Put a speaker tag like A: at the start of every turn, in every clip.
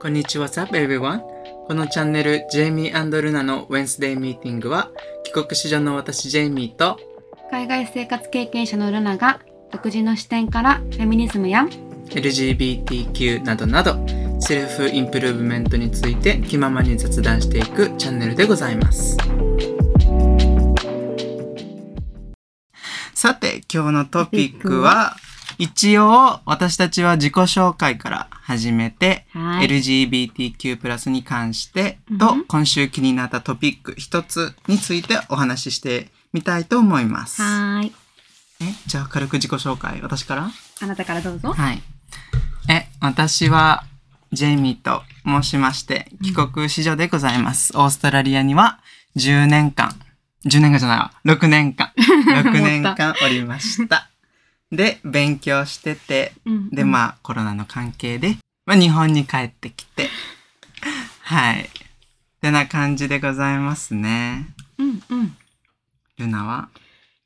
A: こんにちは、What's up everyone? このチャンネル、ジェイミールナの Wednesday Meeting は、帰国子女の私、ジェイミーと、
B: 海外生活経験者のルナが独自の視点からフェミニズムや
A: LGBTQ などなど、セルフインプルーブメントについて気ままに雑談していくチャンネルでございます。さて、今日のトピックは、一応私たちは自己紹介から始めて、
B: はい
A: LGBTQ+ プラスに関してと、
B: うんうん
A: 今週気になったトピック一つについてお話ししてみたいと思います。
B: はーい
A: えじゃあ軽く自己紹介私から
B: あなたからどうぞ
A: はい。え、私は、ジェイミーと申しまして、帰国子女でございます。オーストラリアには10年間、10年間じゃないわ、6年 間、6年間おりました。で、勉強してて、で、
B: あ
A: まあ、コロナの関係で、まあ、日本に帰ってきて、はい。ってな感じでございますね。
B: うんうん
A: ルナは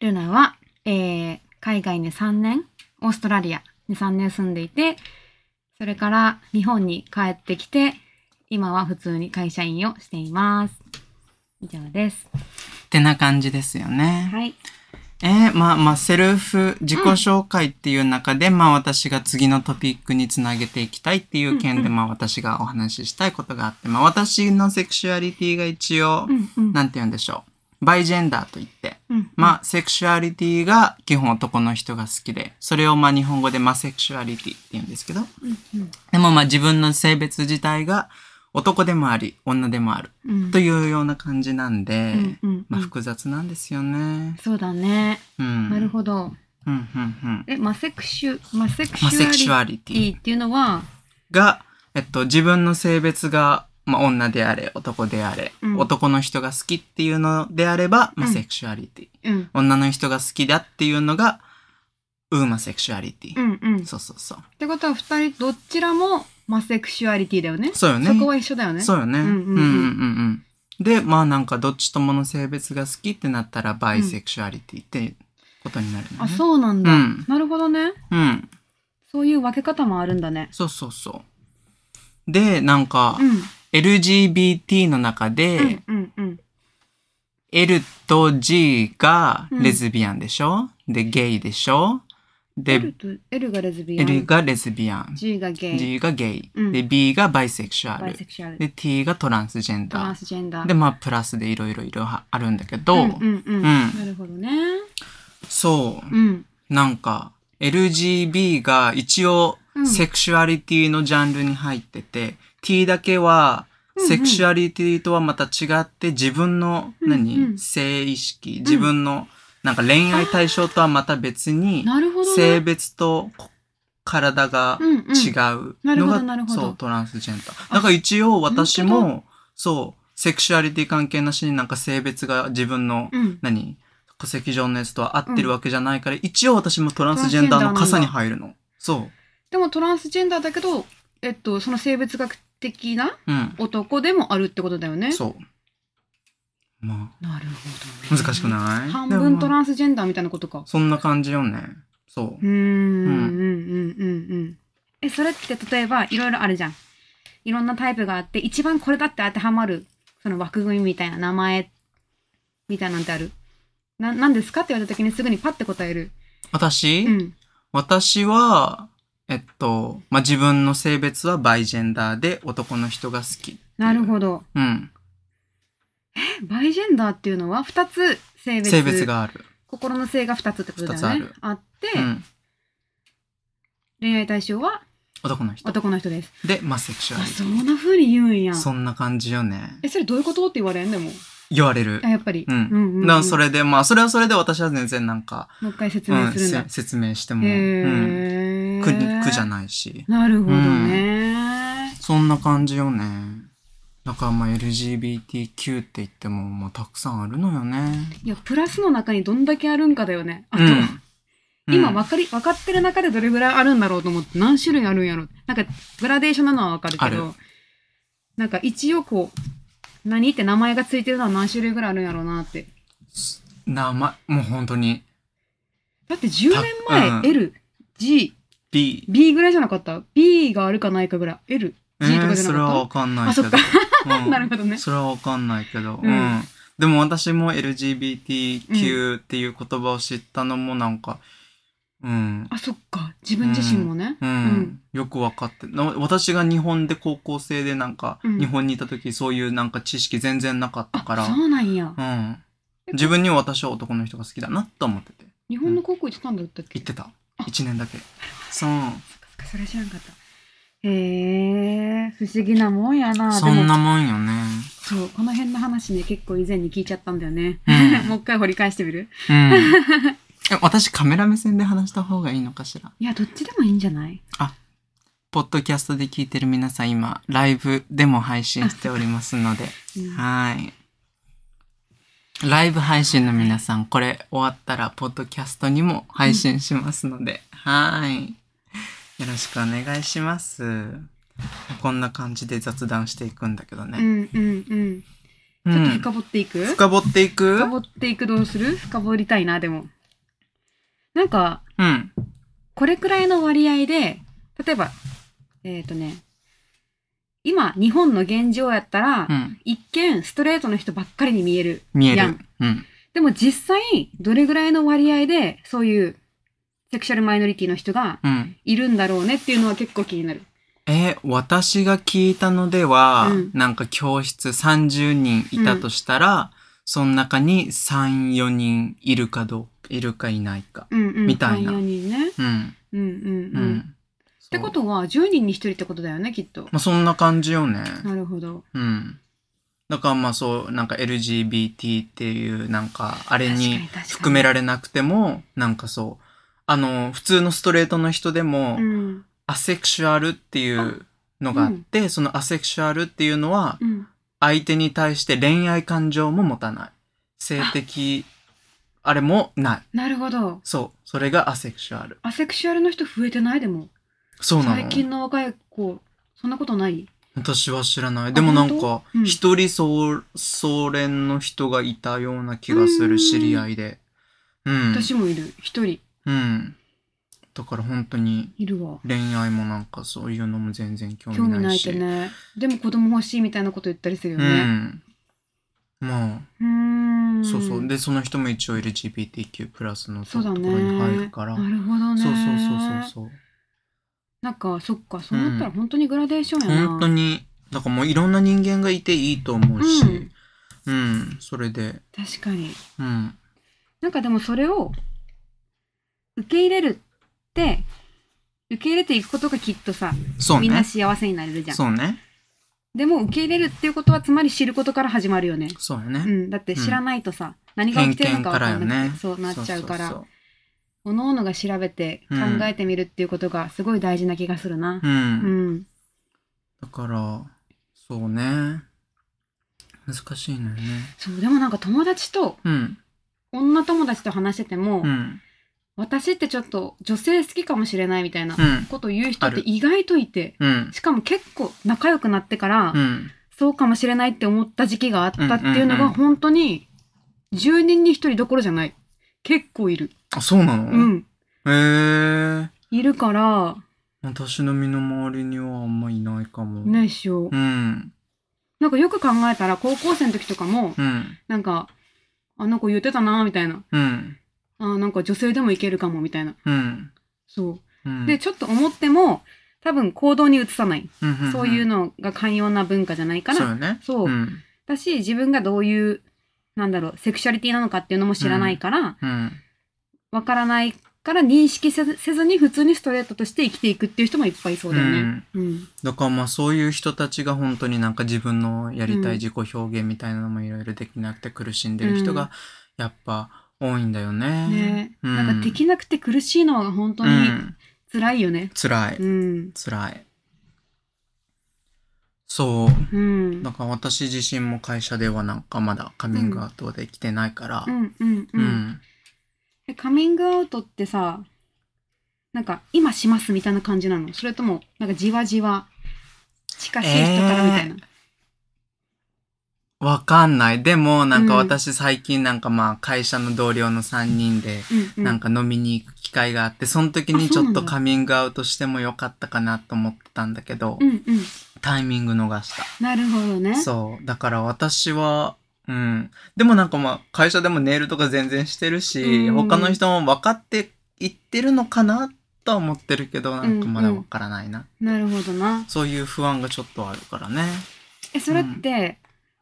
B: ルナは、えー海外に3年オーストラリアに3年住んでいてそれから日本に帰ってきて今は普通に会社員をしています以上です
A: ってな感じですよね。
B: はい
A: えーまあまあセルフ自己紹介っていう中で、まあ私が次のトピックにつなげていきたいっていう件で、
B: うんう
A: まあ私がお話ししたいことがあって、まあ私のセクシュアリティが一応、
B: うんうん
A: なんて言うんでしょう。バイジェンダーといって、
B: うん
A: まあセクシュアリティが基本男の人が好きで、それをまあ日本語でまあセクシュアリティって言うんですけど、
B: うんうん
A: でもまあ自分の性別自体が男でもあり、女でもある
B: うん
A: というような感じなんで、
B: うんうんうん
A: まあ複雑なんですよね。
B: そうだね
A: うん。
B: なるほど
A: うんうんうん。
B: えマセクシュマセクシ
A: まあ、セクシ
B: ュ
A: ュ
B: ア
A: ア
B: リ
A: リテ
B: テ
A: ィ
B: ィっていうのは
A: が、えっと、自分の性別が、まあ、女であれ男であれ、
B: うん
A: 男の人が好きっていうのであれば、まあ、
B: うん
A: セクシュアリティ、
B: うん
A: 女の人が好きだっていうのがウーマセクシュアリティ
B: う、んうん
A: そうそうそう
B: ってことは2人どちらもマセクシュアリティだよね。
A: そうよね
B: そこは一緒だよね。
A: そうよね。う
B: うんん
A: う
B: うんん
A: う
B: うんん
A: うん。で、まあなんかどっちともの性別が好きってなったらバイセクシュアリティってことになるのね。
B: あそうなんだ、
A: うん
B: なるほどね。
A: うん。
B: そういう分け方もあるんだね。
A: そうそうそう。で、なんか
B: う、ん
A: LGBT の中で、
B: うんうんうん。
A: L と G が
B: うん
A: レズビアンでしょ、で、ゲイでしょで、
B: L と L がレズビアン、
A: L がレズビアン、
B: G がゲイ、
A: G がゲイ、
B: うん
A: で、B がバイセクシュア
B: バイ
A: ル
B: セ、クシュアル、
A: で、T がトランスジェン
B: トラ
A: ダ
B: ンスジェンダ
A: ー。
B: ー。
A: で、まあ、プラスでいろいろいろあるんだけど、
B: うんうんうん。
A: ん
B: なるほどね。
A: そ
B: うん
A: う、なんか、LGB が一応
B: うん
A: セクシュアリティのジャンルに入ってて、T だけは
B: うんうん
A: セクシュアリティとはまた違って自分の何、
B: うんうん
A: 性意識、自分のなんか恋愛対象とはまた別に、
B: なるほど
A: 性
B: ね。
A: 別とこ体が
B: うんうん
A: 違う
B: な
A: の
B: るほ
A: が、
B: どなるほど
A: そうトランスジェンダー。だから一応私
B: 本
A: もそうセクシュアリティ関係なしになんか性別が自分の、
B: うん。
A: 何戸籍上のやつとは合ってるわけじゃないから、一応私もトランスジェンダーの傘に入るの。そ
B: でもトランスジェンダーだけど、えっとその性別学的な
A: う。うん。
B: 男でもあるってことだよね。
A: そう。ま
B: なる
A: あ
B: ほどね。
A: 難しくない
B: 半
A: でもま
B: 分
A: あ
B: トランスジェンダーみたいなことか。
A: そんな感じよね。そう
B: うー。んうんうんうんうん。え、それって例えばいろいろあるじゃん。いろんなタイプがあって、一番これだって当てはまる、その枠組みみたいな名前みたいなんてある。な、なんですかって言われた時にすぐにパッて答える。
A: 私、
B: うん。
A: 私は、えっと、まあ、自分の性別はバイジェンダーで男の人が好き。
B: なるほど。
A: うん。
B: えバイジェンダーっていうのは2つ性別。
A: 性別。がある。
B: 心の性が2つってことだよね。
A: 二つ
B: あって、
A: うん。
B: 恋愛対象は
A: 男の人。
B: 男の人です。
A: で、まあ、セクシュア
B: あ、
A: リテ
B: そんな風に言うんや
A: ィ。。そんな感じよね。
B: え、それどういうことって言われんでも。
A: 言われる
B: あ、。やっぱり。
A: うん。
B: うんうんうん
A: だからそれで、まあ、それはそれで私は全然なんか、
B: もう一回説
A: う
B: 明
A: ん、
B: するんだ
A: せ。説明しても、うん。
B: へー
A: 苦苦じゃないし。
B: なるほどね。
A: そんな感じよね。だからまあ LGBTQ って言っても、まあたくさんあるのよね。
B: いや、プラスの中にどんだけあるんかだよね。あと、
A: うん。
B: 今
A: うん
B: 分かり、分かってる中でどれぐらいあるんだろうと思って、何種類あるんやろ。なんか、グラデーションなのは分かる
A: あ
B: け
A: る
B: ど、なんか一応こう、何って名前がついてるのは何種類ぐらいあるんやろうなって。
A: 名前、もう本当に。
B: だって10年前、
A: たうん
B: L、G、
A: B、
B: B ぐらいじゃなかった ?B があるかないかぐらい。L、 G とかじゃ
A: それ
B: な
A: は
B: か
A: わ
B: っ
A: かんないけど
B: あそっ。
A: う
B: た
A: ん
B: なるほどね。
A: それはわかんないけど、
B: う
A: うんん。でも私も LGBTQ っていう言葉を知ったのもなんか、うん。
B: あ、そっか。自分自身もね。
A: うん。よくわかってな私が日本で高校生でなんか、
B: うん
A: 日本にいた時そういうなんか知識全然なかったか
B: あ、
A: ら、
B: そうなんや。
A: うん。自分には私は男の人が好きだなと思ってて。
B: 日本の高校行ってたんだったっけ
A: 言ってた。一年だけ。そう。
B: そっかそっかそれは知らんかった。へえ、不思議なもんやな。
A: そん
B: で
A: な
B: も
A: もんよね。
B: そう、この辺の話ね、結構以前に聞いちゃったんだよね。
A: うん
B: もう一回掘り返してみる
A: うん。え、私カメラ目線で話した方がいいのかしら
B: いや、どっちでもいいんじゃない
A: ポッドキャストで聞いてる皆さん今、ライブでも配信しておりますので。
B: うん
A: はい。ライブ配信の皆さん、これ終わったら、ポッドキャストにも配信しますので、はい。よろしくお願いします。こんな感じで雑談していくんだけど
B: う
A: ね。
B: んうんうん。
A: う
B: ちょっと
A: ん。
B: 深掘っていく、
A: 深掘っていく
B: 深掘っていくどうする深掘りたいな、でも。なんか、
A: うん。
B: これくらいの割合で、例えば、えっ、とね、今、日本の現状やったら、
A: うん。
B: 一見ストレートの人ばっかりに見える。
A: 見え
B: や
A: る
B: ん。
A: うん。
B: でも実際、どれぐらいの割合で、そういうセクシャルマイノリティの人が
A: うん。
B: いるんだろうねっていうのは結構気になる。
A: え、私が聞いたのでは、
B: うん
A: なんか教室30人いたとしたら、その中に3、4人いるかどうか、いるかいないか。
B: うんうん。
A: みたいな
B: 3 4人ね。
A: うん。
B: うんうん
A: う
B: うん。
A: ん
B: っ。てことは、10人に1人ってことだよね、きっと。
A: まあそんな感じよね。
B: なるほど。
A: うん。だからまあそう、なんか LGBT っていうなんかあれ
B: 確か
A: に
B: に確かに
A: 含められなくても、なんかそう、あの、普通のストレートの人でも、
B: うん。
A: アセクシュアルっていうのがあって、そのアセクシュアルっていうのは、
B: うん。
A: 相手に対して恋愛感情も持たない。性的、あれもない。
B: なるほど。
A: そう。それがアセクシュアル。
B: アセクシュアルの人増えてないでも。
A: そうなの
B: 最近の若い子、そんなことない
A: 私は知らない。
B: あ
A: でもなん
B: 本
A: か
B: 当う、ん
A: 一人総、総連の人がいたような気がす
B: うーん
A: る、知り合いで。うん。
B: 私もいる。一人
A: うん。だから本当に、
B: いるわ。
A: 恋愛もなんかそういうのも全然興味
B: 興味
A: な
B: ないいっ
A: し。
B: てね。でも子供欲しいみたいなこと言ったりするよ
A: う
B: ね。
A: ん。まあ、
B: うーん。
A: そうそう。で、その人も一応 LGBTQ+, プラスの
B: そ
A: と
B: うだ
A: ころ
B: ね。
A: に入るから。
B: なるほどね。
A: そうそうそうそうそう。
B: なんか、そっか、そうなったら本当にグラデーションやな。
A: 本当に、だからもういろんな人間がいていいと思うし、
B: う
A: うんん、それで、
B: 確かに。
A: うん、
B: なんかでもそれを受け入れるって、受け入れていくことがきっとさ、
A: そう
B: みんな
A: ね。
B: 幸せになれるじゃん。
A: そうね。
B: でも受け入れるっていうことは、つまり知ることから始まるよね。
A: そうよ
B: う
A: ね。
B: ん、だって知らないとさ、何が起きてるのか分かんなくて、そうなっちゃうから、
A: そうそう
B: おのおのが調べて
A: うん
B: 考えてみるっていうことがすごい大事な気がするな
A: そう。う。
B: うんん。
A: だから、そうね。難しいのよね。
B: そう、でもなんか友達と、
A: うん。
B: 女友達と話してても、
A: うん。
B: 私ってちょっと女性好きかもしれないみたいな
A: うん。
B: ことを言う人っ
A: あ
B: て
A: る
B: 意外といて、
A: うん。
B: しかも結構仲良くなってから、
A: うん。
B: そうかもしれないって思った時期があったってい
A: う
B: うの
A: んうん
B: が
A: うん
B: 本当に10人に1人どころじゃない。結構いる。
A: あ、そうなの
B: う、ん。
A: へえ。
B: いるから、
A: 私の身の回りにはあんまいないかも。
B: ないっしょ
A: う。ん。
B: なんかよく考えたら高校生の時とかも、
A: うん。
B: なんか、あの子言ってたなみたいな。
A: うん。
B: あなんか女性でもいけるかもみたいな。
A: うん。
B: そうう。
A: ん
B: で、、ちょっと思っても、多分行動に移さない。
A: んんん
B: そういうのが寛容な文化じゃないか
A: そう
B: ら。
A: よね。
B: そう。
A: ん。
B: だし、自分がどういう、なんだろう、セクシャリティなのかっていうのも知らないから、
A: うん。
B: わからないから認識せずせずに普通にストレートとして生きていくっていう人もいっぱいいそうだよね。うん。
A: だからまあそういう人たちが本当になんか自分のやりたい自己表現みたいなのもいろいろできなくて苦しんでる人がやっぱ多いんだよね。
B: ね
A: うん
B: なんかできなくて苦しいのは本当に
A: うん、
B: 辛いよね。
A: 辛い、
B: うん。
A: 辛い。そう。
B: うん。
A: だから私自身も会社ではなんかまだカミングアウトはできてないから
B: う。んうんう。
A: うんん。
B: えカミングアウトってさ、なんか今しますみたいな感じなのそれとも、なんかじわじわ近しい人からみたいな。
A: わかんない。でもなん
B: う
A: か
B: ん
A: 私最近なんかまあ会社の同僚の3人で
B: うんうん。
A: なんか飲みに行く機会があって、その時にちょっとカミングアウトしてもよかったかなと思ってたんだけど、
B: うんうん。
A: タイミング逃した。
B: なるほどね。
A: そう。だから私は、うん。でもなんかまあ、会社でもネイルとか全然してるし、
B: うん
A: 他の人も分かっていってるのかなとは思ってるけど、なんかまだ分からないな。
B: なるほどな。
A: そういう不安がちょっとあるからね。
B: え、それって、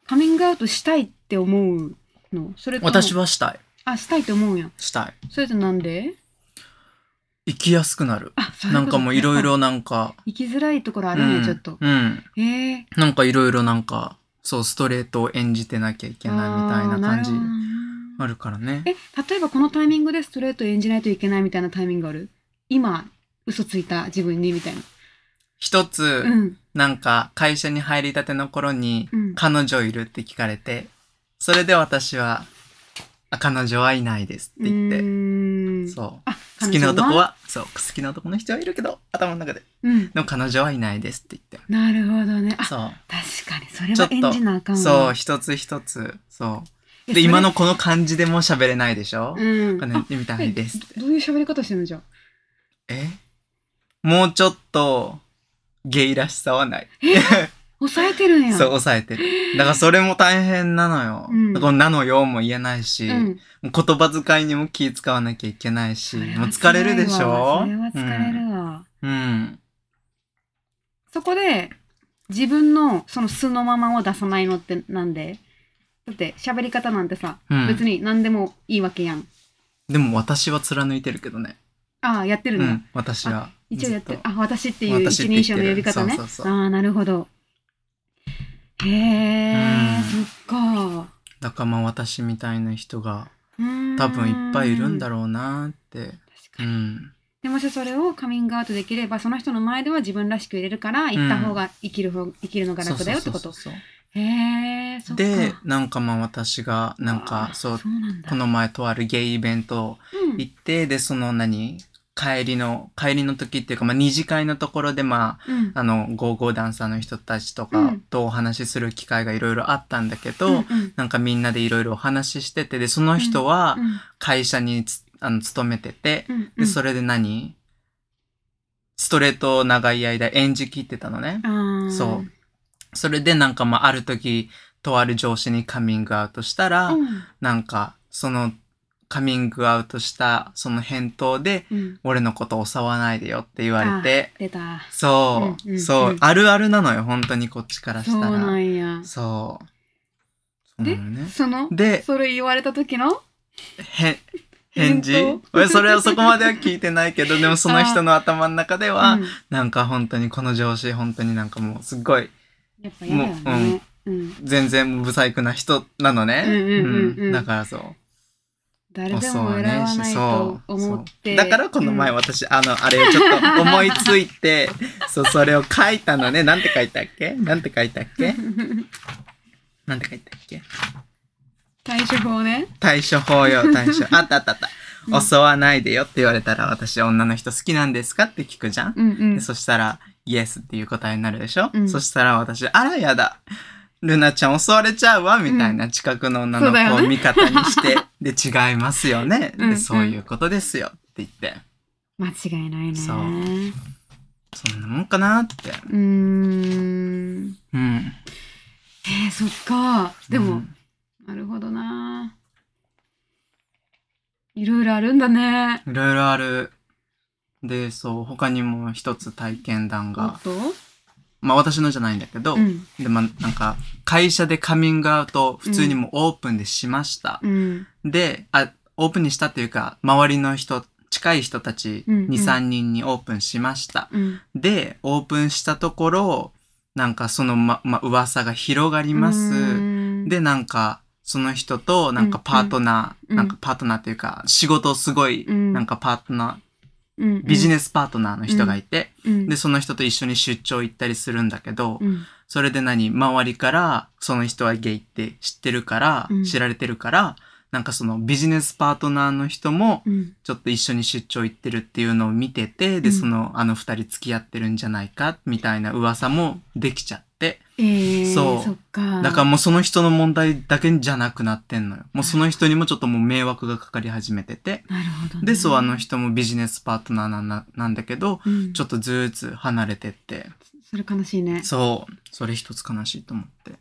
B: カミングアウトしたいって思うのそれとも
A: 私。はしたい。
B: あ、したいって思うんや。
A: したい。
B: それとなんで
A: 生きやすくなる。
B: あ、そういうことね
A: なんかもういろい。ろなんか
B: あ、生きづらいところあ
A: う
B: るね、
A: ん
B: ちょっと。
A: うん。
B: へえ。
A: なんかいろいろなんか、そう、ストレートを演じてなきゃいけないみたいな感じ
B: あーるほどな
A: あるからね。
B: え、例えばこのタイミングでストレート演じないといけないみたいなタイミングある今、嘘ついた自分にみたいな。
A: 一つ、
B: うん。
A: なんか会社に入りたての頃に
B: うん
A: 彼女いるって聞かれて、それで私は、あ彼女はいないですって言って、
B: 言うーん。
A: そう。
B: あ、
A: 好きな男。は、そう、好きな男の人はいるけど、頭の中で。
B: うん。
A: でも彼女はいないですって言っ
B: なるほどね。あ
A: て。、そ
B: 確かに。それは演じなあかん
A: う。
B: わ。
A: そう、一つ一つ。そ
B: え
A: う。
B: それ
A: で、今のこの感じでもう喋れないでしょ、
B: うん。
A: 彼女みたいですって
B: え。どういう喋り方してるのじゃあ
A: えもうちょっと、ゲイらしさはない。
B: 抑えてるんや
A: そう、抑えてる。だからそれも大変なのよ。
B: うん
A: だからなのよも言えないし、
B: うん、
A: 言葉遣いにも気使わなきゃいけないし、
B: それは
A: もう疲れるでしょ
B: それは疲れるわ、
A: うん。うん
B: そこで自分のその素のままを出さないのってなんでだって喋り方なんてさ、
A: うん
B: 別に何でもいいわけやん
A: でも私は貫いてるけどね。
B: ああやってる
A: うん
B: だ、
A: ん、私は。
B: 一応やってる
A: ずと
B: あ私っていう
A: 私って
B: 一
A: 言
B: 人
A: って
B: 称
A: る
B: の呼び方ね
A: そうそうそう
B: ああなるほどへえ、
A: うん
B: そっか
A: だからまあ私みたいな人が
B: 多
A: 多分いっぱいいるんだ
B: ろ
A: ろうなって。
B: う確か
A: う
B: に
A: ん。
B: でもしそれをカミングアウトできればその人の前では自分らしく入れるから行った方が生きる方、生きるのが楽だよってこと
A: そうそうそうそう
B: へえそっか
A: で、なんかまあ私が、なん
B: あ
A: か
B: ー
A: そう、
B: そうなんだ
A: この前とあるゲイイベントを
B: うん
A: 行って、で、その何帰りの、帰りの時っていうか、まあ、二次会のところで、ま
B: うん
A: あ、あの、ゴーゴーダンサーの人たちと
B: う
A: か
B: ん
A: とお話しする機会がいろいろあったんだけど、
B: うんうん
A: なんかみんなでいろいろお話ししてて、で、その人は
B: うん
A: 会社につあの勤めてて、
B: うんう
A: で、
B: ん
A: それで何ストレートを長い間演じきってたのね。
B: あー
A: そうそれでなんかまあ、ある時、とある上司にカミングアウトしたら、
B: うん
A: なんか、その、カミングアウトした、その返答で、
B: うん
A: 俺のことを襲わないでよって言われて、
B: 出た
A: そう、
B: うんうん
A: そう、
B: うん
A: あるあるなのよ、本当にこっちからし
B: そう
A: た
B: な
A: ら。
B: んや
A: そう。そう
B: で
A: なのね。
B: その
A: で、
B: それ言われた時の
A: へ、返事
B: 返答
A: 俺それはそこまでは聞いてない けど、でもその人の頭の中では、
B: うん
A: なんか本当にこの上司、本当になんかもうすっごい、
B: やっぱ嫌だよねうん
A: 全然不細工な人なのね。
B: うんうんうんうん
A: だからそう。
B: 誰でも選ばないと思っ
A: そう
B: て
A: だからこの前
B: うん
A: 私、あのあれをちょっと思いついて そうそれを書いたのねなんて書いたっけなんて書いたっ けなんて書いたっけ
B: 対処法ね
A: 対処法よ対処あったあったあった、
B: うん
A: 襲わないでよって言われたら私女の人好きなんですかって聞くじゃん、
B: うんうん
A: でそしたらイエスっていう答えになるでしょ、
B: うん
A: そしたら私あらやだルナちゃん襲われちゃうわみたいな近くの女の
B: そうだ
A: 子
B: よ
A: を
B: ね
A: 味方に して、で違いますよね、
B: うんう
A: で
B: ん
A: そういうことですよって言って
B: 間違いないね
A: そう
B: う
A: そんなもんかなって。
B: ーん
A: うん。
B: えー、そっかでも、
A: うん
B: なるほどないろいろあるんだね
A: いろいろある。で、そう、他にも一つ体験談
B: お
A: が
B: っ、と
A: まあ私のじゃないんだけど、
B: うん
A: で、まあなんか、会社でカミングアウトを普通にもうオープンでしました。
B: うん
A: で、あ、オープンにしたっていうか、周りの人、近い人たち
B: うん
A: 2、
B: うん
A: 3人にオープンしました。
B: うん
A: で、オープンしたところ、なんかそのま、まあ噂が広がり
B: い
A: ます。で、なんか、その人と、なんか
B: うん
A: パートナー、
B: うん
A: なんかパートナーっていうか、仕事をすごい、
B: うん
A: なんかパートナ
B: うん
A: ー、ビジネスパートナーの人がいて、
B: うん
A: で、その人と一緒に出張行ったりするんだけど、
B: うん
A: それで何、周りから、その人はゲイって知ってるから、
B: うん
A: 知られてるから、なんかそのビジネスパートナーの人も、
B: うん
A: ちょっと一緒に出張行ってるっていうのを見てて、
B: う
A: で、
B: ん
A: その、あの二人付き合ってるんじゃないか、みたいな噂もできちゃって、
B: えー、
A: そう
B: そっか
A: だからもうその人の問題だけじゃなくなってんのよ。もうその人にもちょっともう迷惑がかかり始めてて。
B: なるほどね、
A: で、そうあの人もビジネスパートナーなんだなんだけど、
B: うん
A: ちょっとずーつ離れてって。
B: そそれ悲しいね。
A: そう。それ一つ悲しいと思って。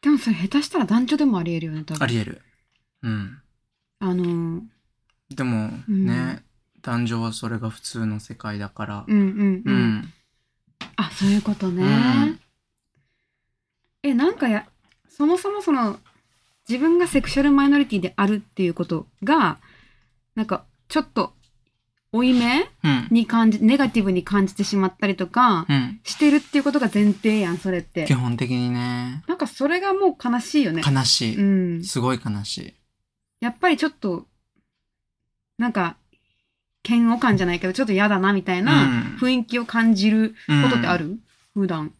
B: でもそれ下手したら男女でもありえるよね、多分。
A: ありえる。うん。
B: あのー、うん
A: でも
B: うん
A: ね、男女はそれが普通の世界だから。
B: うんうん。
A: うん。
B: あ、そういうことね。
A: うん
B: え、なんかや、そもそもその、自分がセクシャルマイノリティであるっていうことが、なんか、ちょっと、負い目
A: うん。
B: に感じ、ネガティブに感じてしまったりとか、
A: うん。
B: してるっていうことが前提やん、それって
A: 基。本的にね、
B: なんかそれがもう悲しいよね。
A: 悲し
B: う
A: い。
B: ん。
A: すごい悲しい。
B: やっぱりちょっと、なんか、嫌悪感じゃないけど、ちょっと嫌だなみたいな
A: うん
B: 雰囲気を感じることってあ
A: る
B: る、普段。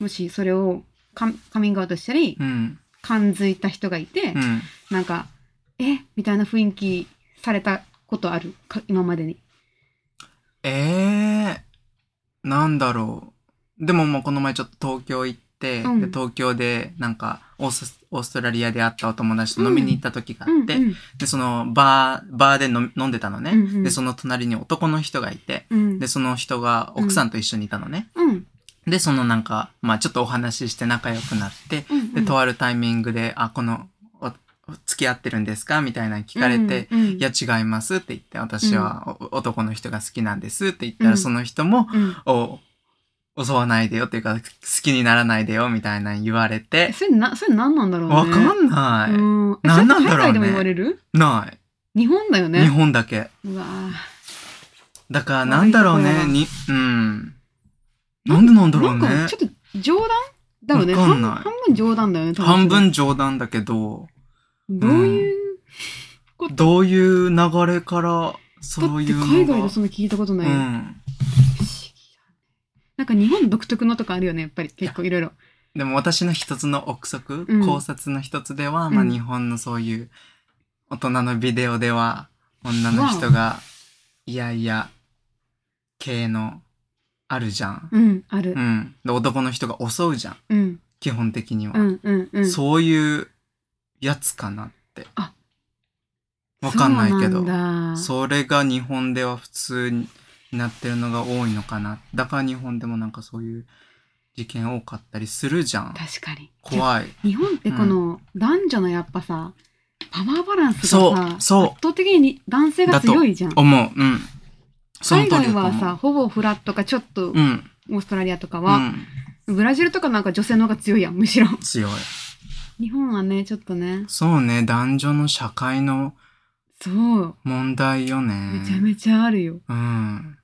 B: もしそれをカンカミングアウトしたり、
A: うん。
B: 感づいた人がいて、
A: うん。
B: なんか、えみたいな雰囲気されたことあるか今までに。
A: ええー、なんだろう。でももうこの前ちょっと東京行って、
B: うん
A: で東京でなんかオースオーストラリアで会ったお友達と飲みに行った時が
B: うん
A: あ
B: う
A: っ
B: ん
A: て、で、そのバー、バーで飲み飲んでたのね、
B: うんうん
A: で、その隣に男の人がいて、
B: うん
A: で、その人が奥さんと一緒にいたのね。
B: うん
A: で、そのなんか、まあちょっとお話しして仲良くなって、
B: うん
A: で、とあるタイミングで、あ、この、お付き合ってるんですかみたいなの聞かれて、
B: うんうん
A: いや違いますって言って、私はお男の人が好きなんですって言ったら、
B: うん
A: その人も、
B: うん
A: お、襲わないでよっていうか、好きにならないでよみたいなの言われ
B: え
A: て、
B: それな、それ何なんだろうね。
A: わかんな
B: う
A: い。
B: んえ
A: 何なんだろうね
B: それって海外でも言われる
A: な
B: 日本だよ
A: い。日
B: ね。
A: 本だけ。
B: うわぁ
A: だから、なんだろう
B: 悪いと
A: ね、
B: こ
A: に、うん。なんでなんだろう
B: なん
A: ね
B: か。ちょっと冗談だよね。
A: わかんない
B: 半半分冗談だよね。多
A: 半分冗談だけど、
B: どういう、
A: どういう流れから、そういう
B: だって
A: の
B: 海外
A: が
B: でそんな聞いたこと
A: う
B: ないよ、
A: ん。
B: 不思議だねなんか日本独特のとかあるよねやっぱり結構いろいろ
A: でも私の一つの憶測、
B: うん
A: 考察の一つでは、まあ
B: うん
A: 日本のそういう大人のビデオでは女の人がいやいや系のあるじゃん。
B: うんある
A: うん。で男の人が襲うじゃん。
B: うん
A: 基本的には。
B: うんうんうん
A: そういうやつかなって。
B: あ
A: わかんないけ
B: そ
A: ど
B: う。なんだ
A: それが日本では普通になってるのが多いのかな。だから日本でもなんかそういう事件多かったりするじゃん。
B: 確かにい
A: 怖い。
B: 日本ってこの男女のやっぱさパワーバランス
A: そう
B: がさ
A: そう
B: 圧倒的に男性が強いじゃん
A: 思う。うん。その
B: 海
A: 通りだ
B: 外
A: と思う。
B: はさほぼフラットかちょっと
A: うん。
B: オーストラリアとか
A: う
B: は、
A: ん。
B: ブラジルとかなんか女性の方が強いやんむしろ
A: 強い。
B: 日本はねちょっとね
A: そうね、男女の社会の
B: そう
A: 問題よね。
B: めちゃめちゃあるよ
A: うん。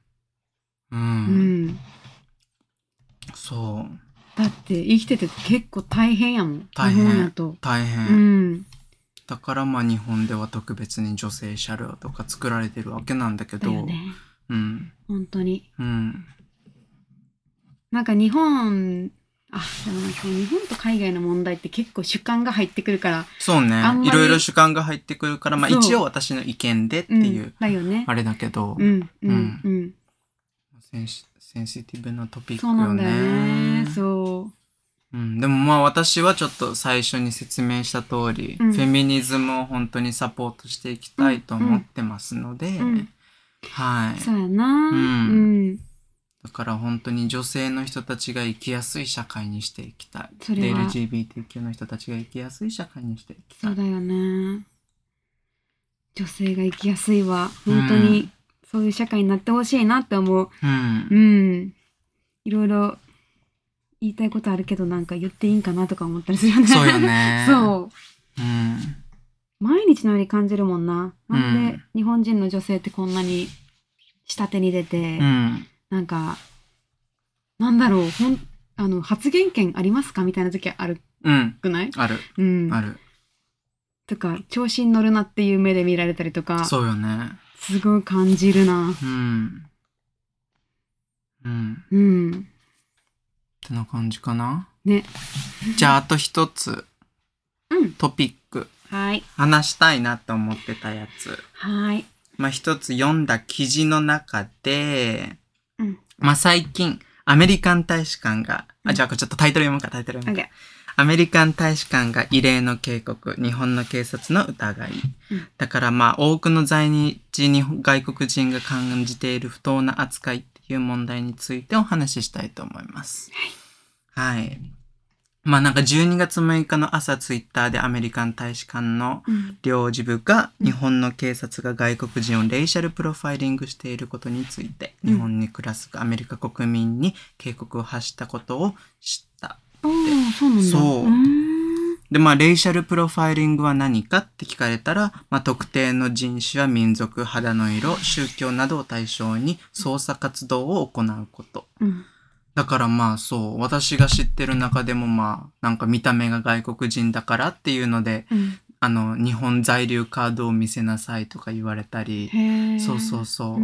A: う
B: うん、
A: ん。そう。
B: だって生きてて結構大変やもん
A: 大変
B: 日本やと
A: 大変。
B: うん
A: だからまあ日本では特別に女性車両とか作られてるわけなんだけ
B: だ
A: ど。
B: よね
A: うん。
B: 本当に
A: うん。
B: なんか日本あでもなんか日本と海外の問題って結構主観が入ってくるから、
A: そうね
B: あんま。り
A: いろいろ主観が入ってくるから、まあ
B: そう
A: 一応私の意見でって
B: うん、
A: いう、
B: だよね
A: あれだけど、
B: うんうんうん、
A: センシセンシティブなトピック
B: そ
A: よ
B: うなんだよ
A: ね
B: ね。そ
A: うん、でもまあ私はちょっと最初に説明した通り、
B: うん
A: フェミニズムを本当にサポートしていきたいと思ってますので、
B: ん
A: は
B: う
A: い。
B: そうやな
A: うん
B: うん
A: だから本当に女性の人たちが生きやすい社会にしていきたい。
B: そ
A: で
B: れは
A: LGBTQ の人たちが生きやすい社会にしていきた
B: そ。
A: いう
B: だよね女性が生きやすいは本当
A: う
B: にそういう社会になってほしいなって思う
A: うん
B: う。 んいろいろ言いたいことあるけどなんか言っていいんかなとか思ったりするよね。
A: そうよね
B: そう
A: う。うん。
B: 毎日のように感じるもんな。なん
A: う
B: で日本人の女性ってこんなに下手に出て、
A: うん。
B: なんか、なんだろう、ほんあの発言権ありますかみたいな時ある
A: うん。
B: くない
A: ある。
B: うん。
A: ある。
B: とか、調子に乗るなっていう目で見られたりとか、
A: そうよね。
B: すごい感じるな。
A: うん。うん。
B: うん。
A: ってな感じかな。
B: ね。
A: じゃああと一つ
B: うん。
A: トピック。
B: はい。
A: 話したいなと思ってたやつ。
B: はい。
A: まあ、一つ読んだ記事の中で、
B: うん。
A: まあ、最近、アメリカン大使館が、
B: う
A: あ、
B: ん
A: じゃあちょっとタイトル読むか、タイトル
B: オッ
A: 読む
B: ケ
A: か。アメリカン大使館が異例の警告、日本の警察の疑い
B: うん。
A: だからまあ、多くの在日に外国人が感じている不当な扱いっていう問題についてお話ししたいと思います。はい。まあなんか12月6日の朝ツイッターでアメリカン大使館の
B: うん
A: 領事部が
B: うん
A: 日本の警察が外国人をレイシャルプロファイリングしていることについて
B: うん
A: 日本に暮らすアメリカ国民に警告を発したことを知った。
B: ああそうなんだ
A: そう
B: ーん
A: でまあレイシャルプロファイリングは何かって聞かれたら、まあ、特定の人種や民族肌の色宗教などを対象に捜査活動を行うこと。
B: うん
A: だからまあそう私が知ってる中でもまあなんか見た目が外国人だからっていうので
B: うん
A: あの日本在留カードを見せなさいとか言われたり
B: へえ
A: そうそうそう
B: う、んう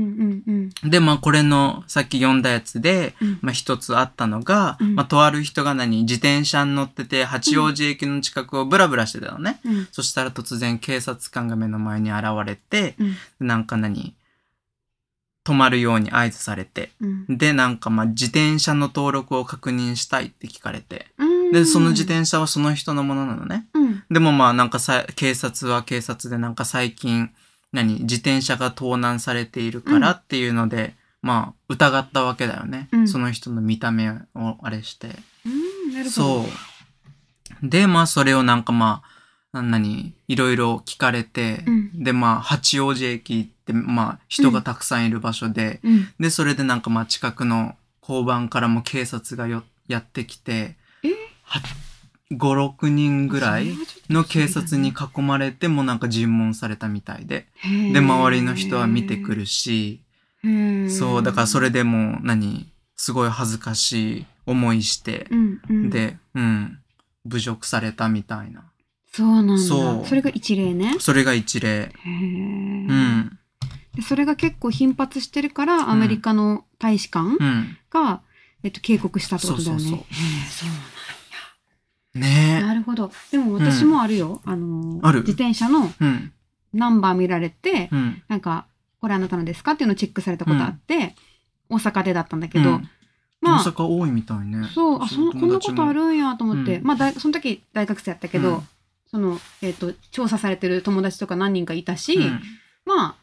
B: んうん
A: でまあこれのさっき読んだやつで、
B: うん
A: まあ、一つあったのが、
B: うん
A: まあ、とある人が何自転車に乗ってて八王子駅の近くをブラブラしてたのね、
B: うん
A: そしたら突然警察官が目の前に現れて
B: うん
A: なんか何止まるように合図されて
B: うん
A: でなんかまあ自転車の登録を確認したいって聞かれて
B: うん
A: でその自転車はその人のものなのね、
B: うん
A: でもまあなんかさ警察は警察でなんか最近何自転車が盗難されているからっていうので、まあ疑ったわけだよね、
B: うん
A: その人の見た目をあれして、
B: うんなるほど
A: そうでまあそれをなんかまあな何いろいろ聞かれて、
B: うん
A: でまあ八王子駅ってまあ人がたくさんいる場所で、
B: うん
A: でそれでなんかまあ近くの交番からも警察がよやってきて
B: え
A: 56人ぐらい
B: それはちょっと
A: の警察に囲まれてもうなんか尋問されたみたいで。で、周りの人は見てくるし、
B: る
A: そう、だからそれでもう何、すごい恥ずかしい思いして、
B: で
A: で、うん、侮辱されたみたいな。
B: そうなんだ
A: そ
B: そうれが一例ね
A: それが一例。
B: へえ
A: うん、
B: でそれが結構頻発してるからアメリカの大使館
A: うん。
B: がえっと警告したってことだよね
A: そうそうそう
B: へえそうなんだ
A: ね
B: なるほど。でも私もあるよ。あの、
A: ある
B: 自転車の
A: え。うん、
B: ナンバー見られて、
A: うん。
B: なんか、これあなたのですかっていうのをチェックされたことあって、大阪でだったんだけど、
A: うん
B: ま
A: 大
B: あ、
A: 阪多いみたいね。
B: そう、あ、そん
A: の
B: こんなことあるんやと思って、
A: うん
B: まあ大、その時大学生やったけど、
A: うん
B: その、えっ、と、調査されてる友達とか何人かいたし、
A: 友達
B: まあ、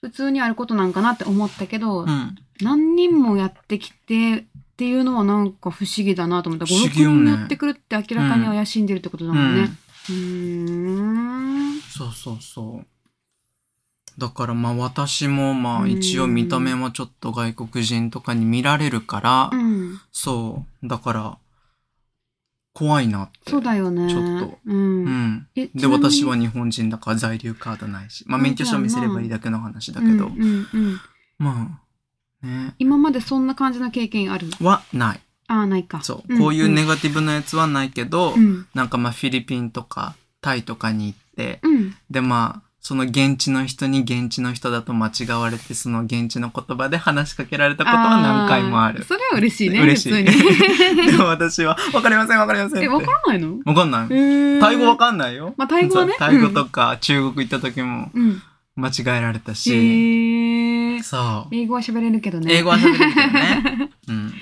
B: 普通にあることなんかなって思ったけど、
A: もうん、うん
B: 何人もやってきてっていうのはなんか不思議だなと思った。
A: 不思
B: 5、6
A: 議よね
B: 人やってくるって明らかに怪しんでるってことだもんね。
A: うん
B: うーん。
A: そうそうそう。だからまあ私もま
B: う
A: あ
B: ん
A: 一応見た目もちょっと外国人とかに見られるから、
B: うん。
A: そう。だから、怖いなって。
B: そうだよね。
A: ちょっと。
B: う。
A: うんん。
B: えち
A: で、
B: なみに
A: 私は日本人だから在留カードないし。まあ
B: うん
A: 免許証見せればいいだけの話だけど
B: うん。うんうん
A: まあ、ね。
B: 今までそんな感じの経験ある
A: はない。
B: ああ、ないか。
A: そう。こういうネ
B: が
A: ガティブなやつはないけど
B: う、ん。
A: なんかまあフィリピンとかタイとかに行って、
B: うん。
A: でまあその現地の人に現地の人だと間違われてその現地の言葉で話しかけられたことは何回もある
B: ー。それは嬉しいね。
A: 嬉しい
B: 普通に。
A: でも私は「分かりません分かりません」っ て。
B: え、わからないの
A: わかんない。タ
B: タ
A: イ語わかんないよ。
B: まあタイ語はね
A: そうタイ語とか中国行った時も
B: うん。
A: 間違えられた
B: へ
A: し。
B: ー
A: そう。
B: 英語は喋れるけどね。
A: 英語は喋れるけどね。 うん。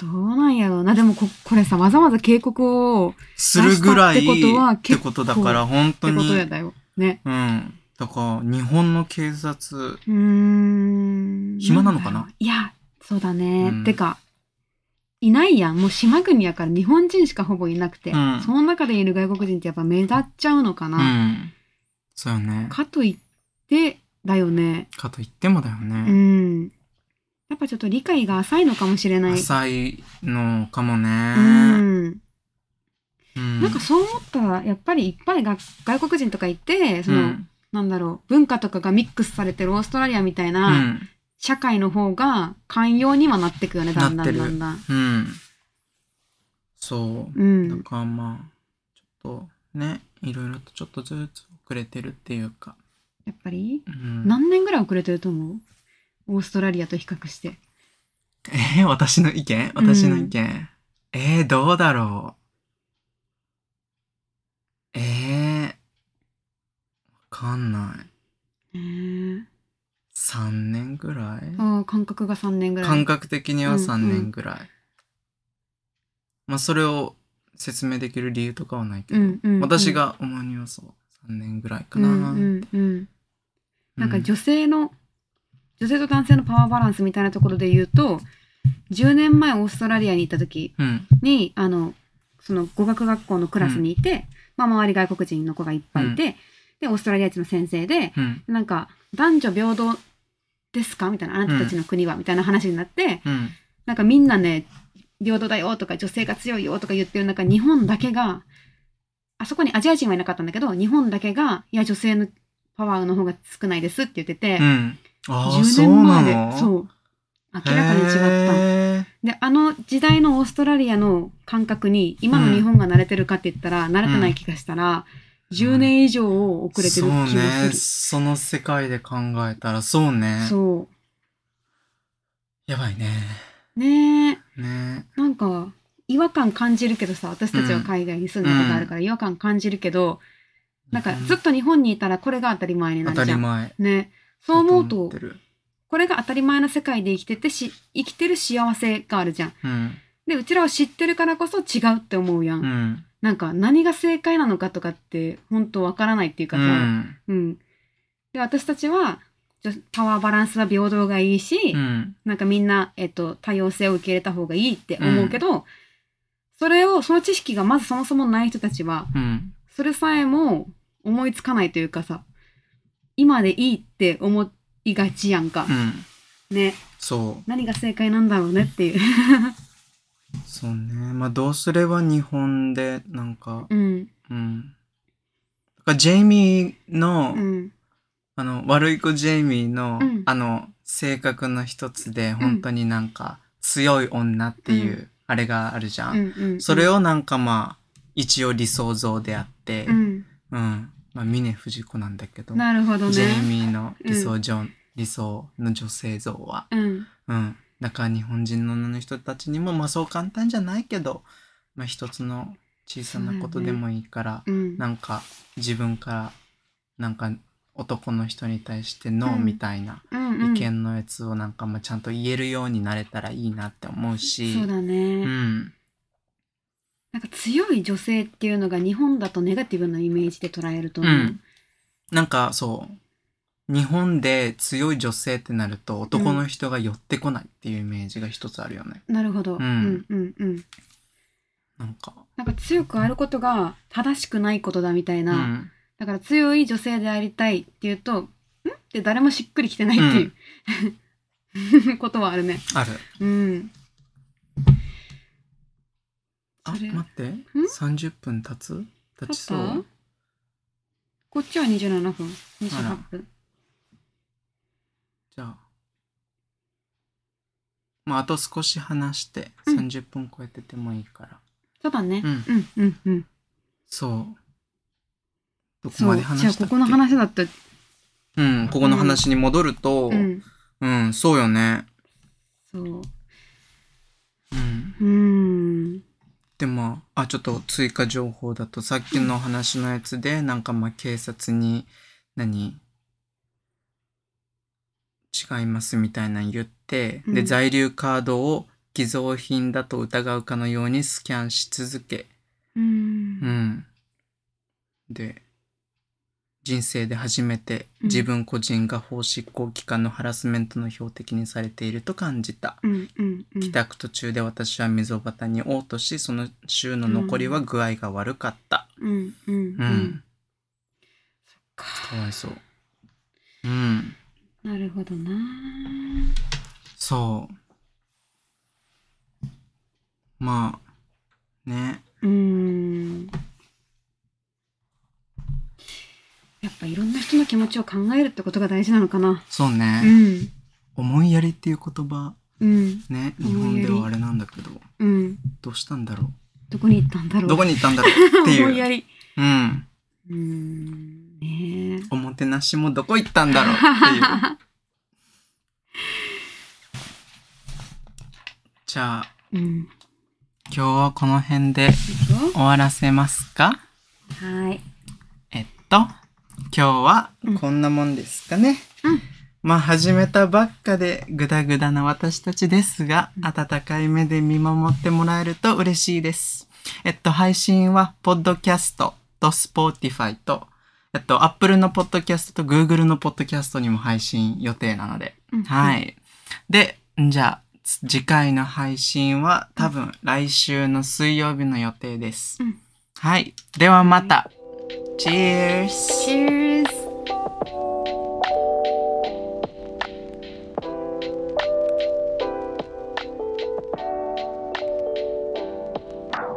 B: どうなんやろうな。でもこ、これさ、わざわざ警告を、っ
A: するぐらい
B: 出したってことは
A: ってことだから本当
B: てこと
A: に。
B: やだよ。ね。
A: うん。だから日本の警察、
B: うーん。
A: 暇なのかなん
B: だろういや、そうだ
A: う
B: ね。
A: ん
B: てか、いないやん。もう島国やから日本人しかほぼいなくて、
A: うん
B: その中でいる外国人ってやっぱ目立っちゃうのか
A: う
B: な。
A: ん。そうよね。
B: かといって、だよね。
A: かといってもだよ
B: う
A: ね。
B: ん。やっぱちょっと理解が浅いのかもしれない。
A: 浅いのかも
B: う
A: ね。
B: ん。
A: うん
B: なんかそう思ったら、やっぱりいっぱいが外国人とかいて、そうの、
A: ん。
B: なんだろう、文化とかがミックスされてるオーストラリアみたいうな、
A: ん。
B: 社会の方が寛容にはなってくよね、だんだんだんだん。
A: うん。そう。
B: う
A: だ
B: ん。
A: からまあちょっとねいろいろとちょっとずつ遅れてるっていうか、
B: やっぱり
A: うん、
B: 何年ぐらい遅れてると思うオーストラリアと比較して。
A: えー私の意見私の意見、えーどうだろうえー、わかんない
B: へー
A: 3年ぐらい
B: ああ、感覚が3年ぐらい。
A: 感覚的には
B: うん
A: 3年ぐらい、まあそれを説明できる理由とかはないけど、
B: うんうんうん
A: 私が主にはそう3年ぐらいか
B: うん
A: な、
B: うんうん。なん
A: う
B: か
A: ん
B: 女性の女性と男性のパワーバランスみたいなところで言うと、10年前オーストラリアに行った時
A: うん。
B: に、あの、その語学学校のクラスにいて、まあ周り外国人の子がいっぱいいて、で、オーストラリア人の先生で、
A: うん。
B: なんか、男女平等ですかみたいな、あなたたちの国は、みたいな話になって、
A: うん。
B: なんかみんなね、平等だよとか女性が強いよとか言ってる中、日本だけが、あそこにアジア人はいなかったんだけど、日本だけが、いや、女性のパワーの方が少ないですって言ってて、
A: うん。ああ、
B: 10
A: そう
B: 年
A: な
B: 前で
A: の。
B: そうう明らかに違った
A: へー
B: であの時代のオーストラリアの感覚に今の日本が慣れてるかって言ったら、慣れてない気がしたら、
A: ん
B: 10年以上遅れてる気がする
A: そうね。その世界で考えたら、そうね。
B: そう,、
A: やばいね。
B: ねえ
A: ね。
B: なんか違和感感じるけどさ私たちは海外に住んだことあるから違和感感じるけど、なんかずっと日本にいたらこれが当たり前にな
A: 当
B: る
A: た
B: じ
A: り
B: ゃん
A: 前。
B: ねそう思う
A: だ
B: と
A: ってる
B: これが当たり前の世界で生きててし生きてる幸せがあるじゃん
A: うん。
B: でうちらは知ってるからこそ違うって思うやん、
A: うん。
B: なんか何が正解なのかとかって本当わからないっていうか
A: う
B: さ、うん
A: ん。
B: で私たちはじゃパワーバランスは平等がいいし、
A: うん。
B: なんかみんな、えっと、多様性を受け入れた方がいいって思うけど、それをその知識がまずそもそもない人たちは
A: うん。
B: それさえも思いつかないというかさ今でいいって思いがちやんか
A: う、ん。
B: ね
A: そう。
B: 何が正解なんだろうねっていう
A: そうね。まあ、どうすれば日本で、なんか、
B: うん
A: うん。だからジェイミーの、
B: うん
A: あの、悪い子ジェイミーの、
B: うん
A: あの、性格の一つで、本当になんか、強い女っていう、
B: う
A: あれがあるじゃ,、
B: うんんうん
A: それをなんかまあ、一応理想像であって、
B: う
A: うん。
B: ん
A: まあ、峰藤子なんだけど、
B: なるほどね
A: ジェイミーの理想上、理想の女性像は、
B: うん
A: うん。だから日本人の女の人たちにも、まあそう簡単じゃないけど、まあ一つの小さなことでもいいから、
B: うん
A: なんか自分から、なんか男の人に対してノー
B: うん
A: みたいな
B: うんうん
A: 意見のやつをなんかまあちゃんと言えるようになれたらいいなって思うし、
B: そうだね、
A: うん。
B: なんか強い女性っていうのが日本だとネガティブなイメージで捉えると思う、
A: うんなんかそう、日本で強い女性ってなると男の人が寄ってこないっていうイメージが一つあるよね。
B: なるほど、
A: うん
B: うんうんうん
A: なんか。
B: なんか強くあることが正しくないことだみたいうな、
A: ん。
B: だから強い女性でありたいっていうとんって誰もしっくりきてないっていう、 ことはあるね
A: ある。
B: うん
A: あ、
B: それ
A: 待って。30分経つ経ちそ
B: 経っ
A: う
B: たこっちは27分
A: あ
B: 28
A: ら
B: 分
A: じゃあ。まあ、あと少し話して、
B: うん
A: 30分超えててもいいから。
B: そうだね、
A: うん
B: うんうんうん
A: そう。どこ
B: そ
A: ま
B: う
A: で
B: じ
A: 話
B: ゃあ
A: した
B: こ
A: っけ
B: この話だった
A: うん、ここの話に戻ると、う、
B: うんん
A: そうよね。
B: そう
A: うん。
B: うん
A: でも、あ、ちょっと追加情報だと、さっきの話のやつで、なんかまあ警察に、何違いますみたいなの言って、
B: う
A: で、
B: ん
A: 在留カードを偽造品だと疑うかのようにスキャンし続け、
B: う
A: うんん。で、人生で初めて
B: うん
A: 自分個人が法執行機関のハラスメントの標的にされていると感じた。
B: うんうんうん
A: 帰宅途中で私は溝端に嘔吐し、その週の残りは具合が悪かった。
B: うんうん
A: う。
B: うんん。か
A: かわいそう。うん。
B: なるほどな。
A: そう。まあ、ね。
B: うーん。やっぱいろんな人の気持ちを考えるってことが大事なのかな。
A: そう
B: う
A: ね。
B: ん。
A: 思いやりっていう言葉、
B: うん。
A: ね。日
B: 思
A: 本
B: いやり
A: ではあれなんだけど、
B: うん。
A: どうしたんだろう。
B: どこに行ったんだろう。
A: どこに行ったんだろうってい。
B: 思いうやり。
A: うん。
B: うーん。ねえ。
A: おもてなしもどこ行ったんだろうっていう。 じゃあ、
B: うん。
A: 今日はこの辺で
B: 行くよ
A: 終わらせますか
B: はい。
A: えっと、今日はこんなもんですかね。
B: うん
A: まあ、始めたばっかでグダグダな私たちですが、温かい目で見守ってもらえると嬉しいです。えっと、配信は、ポッドキャストとスポーティファイと、えっと、Apple のポッドキャストと Google のポッドキャストにも配信予定なので。
B: うん
A: は。い。で、じゃあ、つ次回の配信は多分来週の水曜日の予定です。
B: うん
A: はい。ではまた。Cheers!
B: チーズ